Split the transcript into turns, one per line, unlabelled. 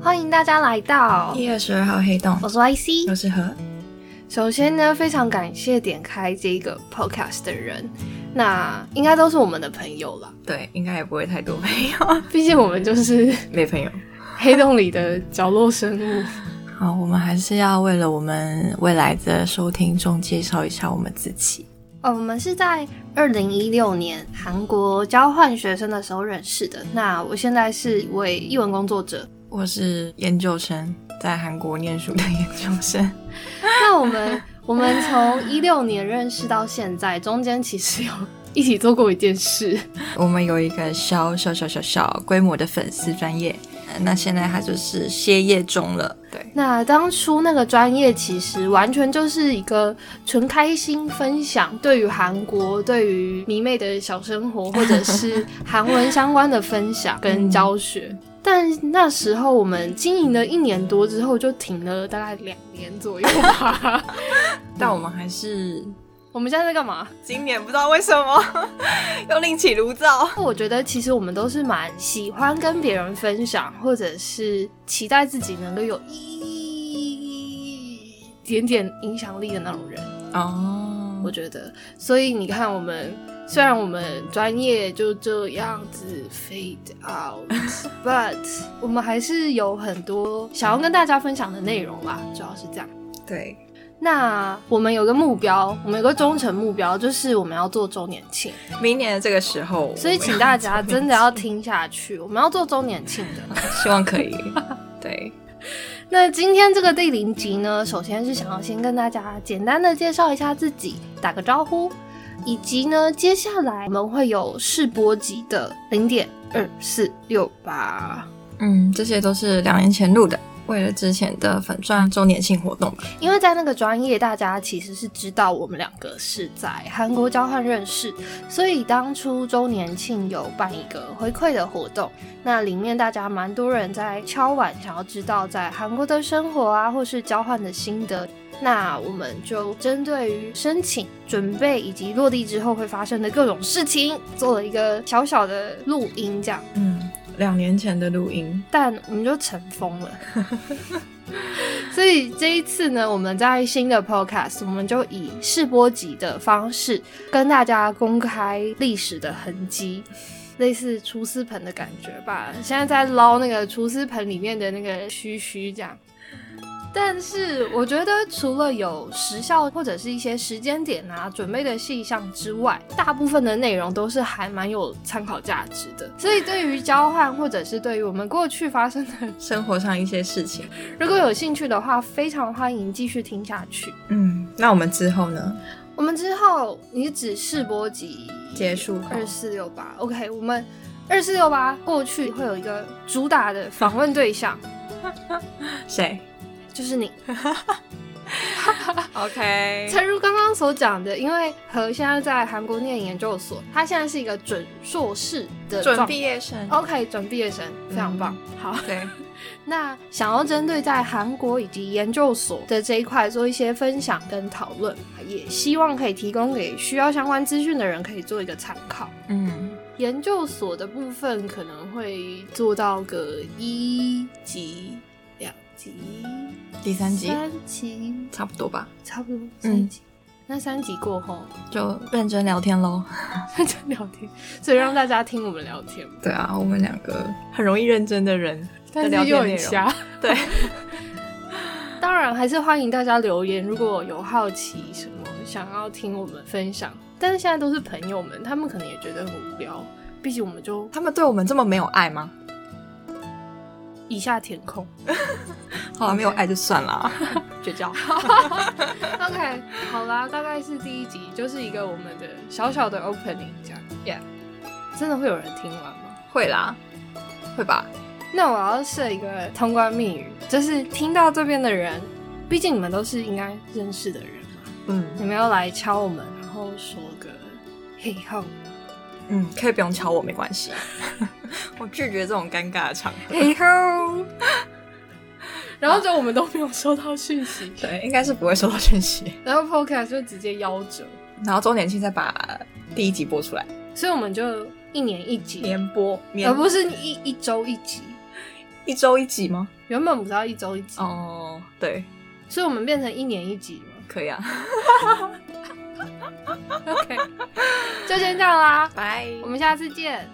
欢迎大家来到，
一月十二号黑洞，
我是 YC，
我是何。
嗯首先呢，非常感谢点开这个 podcast 的人，那应该都是我们的朋友了，
对，应该也不会太多朋 友，
毕竟我们 就是
没朋友。
黑洞里的角落生物。
好，我们还是要为了我们未来的收听众介绍一下我们自己。
呃，我们是在二零一六年韩国交换学生的时候认识的。那我现在是一位译文工作 者。
我是研究生，在韩国念书的研究生。
那我们我们从一六年认识到现在，中间其实有一起做过一件事。
我们有一个小小小小小规模的粉丝专业，呃那现在它就是歇业中了。对，
那当初那个专业其实完全就是一个纯开心分享，对于韩国、对于迷妹的小生活，或者是韩文相关的分享跟教学。但那时候我们经营了一年多之后，就停了大概两年左右吧。
但我们还是
我们现在在干嘛？
今年不知道为什么 又另起炉灶。
我觉得其实我们都是蛮喜欢跟别人分享，或者是期待自己能够有一点点影响力的那种人。
哦，
我觉得，所以你看，我们虽然我们专业就这样子 fade out，but 我们还是有很多想要跟大家分享的内容啦，主要是这样。
对，
那我们有个目标，我们有个忠诚目标，就是我们要做周年庆，
明年的这个时候，
所以请大家真的要听下去，我们要做周年庆的。
希望可 以。对，
那今天这个第零集呢，首先是想要先跟大家简单的介绍一下自己，打个招呼，以及呢，接下来我们会有试播集的零点二四六八，
嗯，这些都是两年前录的，为了之前的粉钻周年庆活动吧。
因为在那个专业，大家其实是知道我们两个是在韩国交换认识，所以当初周年庆有办一个回馈的活动，那里面大家蛮多人在敲碗，想要知道在韩国的生活啊，或是交换的心得。那我们就针对于申请、准备以及落地之后会发生的各种事情，做了一个小小的录音，这样。
嗯，两年前的录音，
但我们就成风了。 所以这一次呢，我们在新的 podcast，我们就以试播集的方式跟大家公开历史的痕迹，类似厨师盆的感觉吧。现在在捞那个厨师盆里面的那个须须，这样。但是我觉得，除了有时效或者是一些时间点啊准备的细项之外，大部分的内容都是还蛮有参考价值的。所以对于交换，或者是对于我们过去发生的，
生活上一些事情。
如果有兴趣的话，非常欢迎继续听下去。
嗯，那我们之后呢？
我们之后你指试播集
结束后
二四六八，OK，我们二四六八过去会有一个主打的访问对象，
谁
就是你。
？OK，
诚如刚刚所讲的，因为何现在在韩国念研究所，他现在是一个准硕士的
准
状
毕业生。嗯
OK，准毕业生，非常棒。好，
对，
那想要针对在韩国以及研究所的这一块做一些分享跟讨论，也希望可以提供给需要相关资讯的人可以做一个参考。
嗯，
研究所的部分可能会做到个一级、两级、
第三嗯集
三级，
差不多吧，
差不多三级。那三级过后，
就认真聊天喽。
就聊天，所以让大家听我们聊天嘛，
对啊，我们两个很容易认真的人，
但
聊
是又
天内
很
容
瞎。
对，
当然还是欢迎大家留言，如果有好奇什么想要听我们分享，但是现在都是朋友们，他们可能也觉得很无聊，毕竟我们就
他们对我们这么没有爱吗？
一下填 空
好了，没有爱就算了啊。
绝 交。OK，好啦，大概是第一集，就是一个我们的小小的 opening 这样。Yeah，真的会有人听完吗？
会啦，会吧？
那我要设一个通关密语，就是听到这边的人，毕竟你们都是应该认识的人嘛，
嗯
你们要来敲我们，然后说个嘿吼。
嗯，可以不用敲我，没关系。 我拒绝这种尴尬的场合。
嘿吼！ 然后就我们都没有收到讯息，
对，应该是不会收到讯息。
然后 Podcast 就直接夭折，
然后周年庆再把第一集播出来，呃
所以我们就一年一集，
年播，年、
而不是一一周一集。
一周一集吗？
原本不是要一周一集，
哦，对，
所以我们变成一年一集了。
可以啊，
OK，就先这样啦，
拜
我们下次见。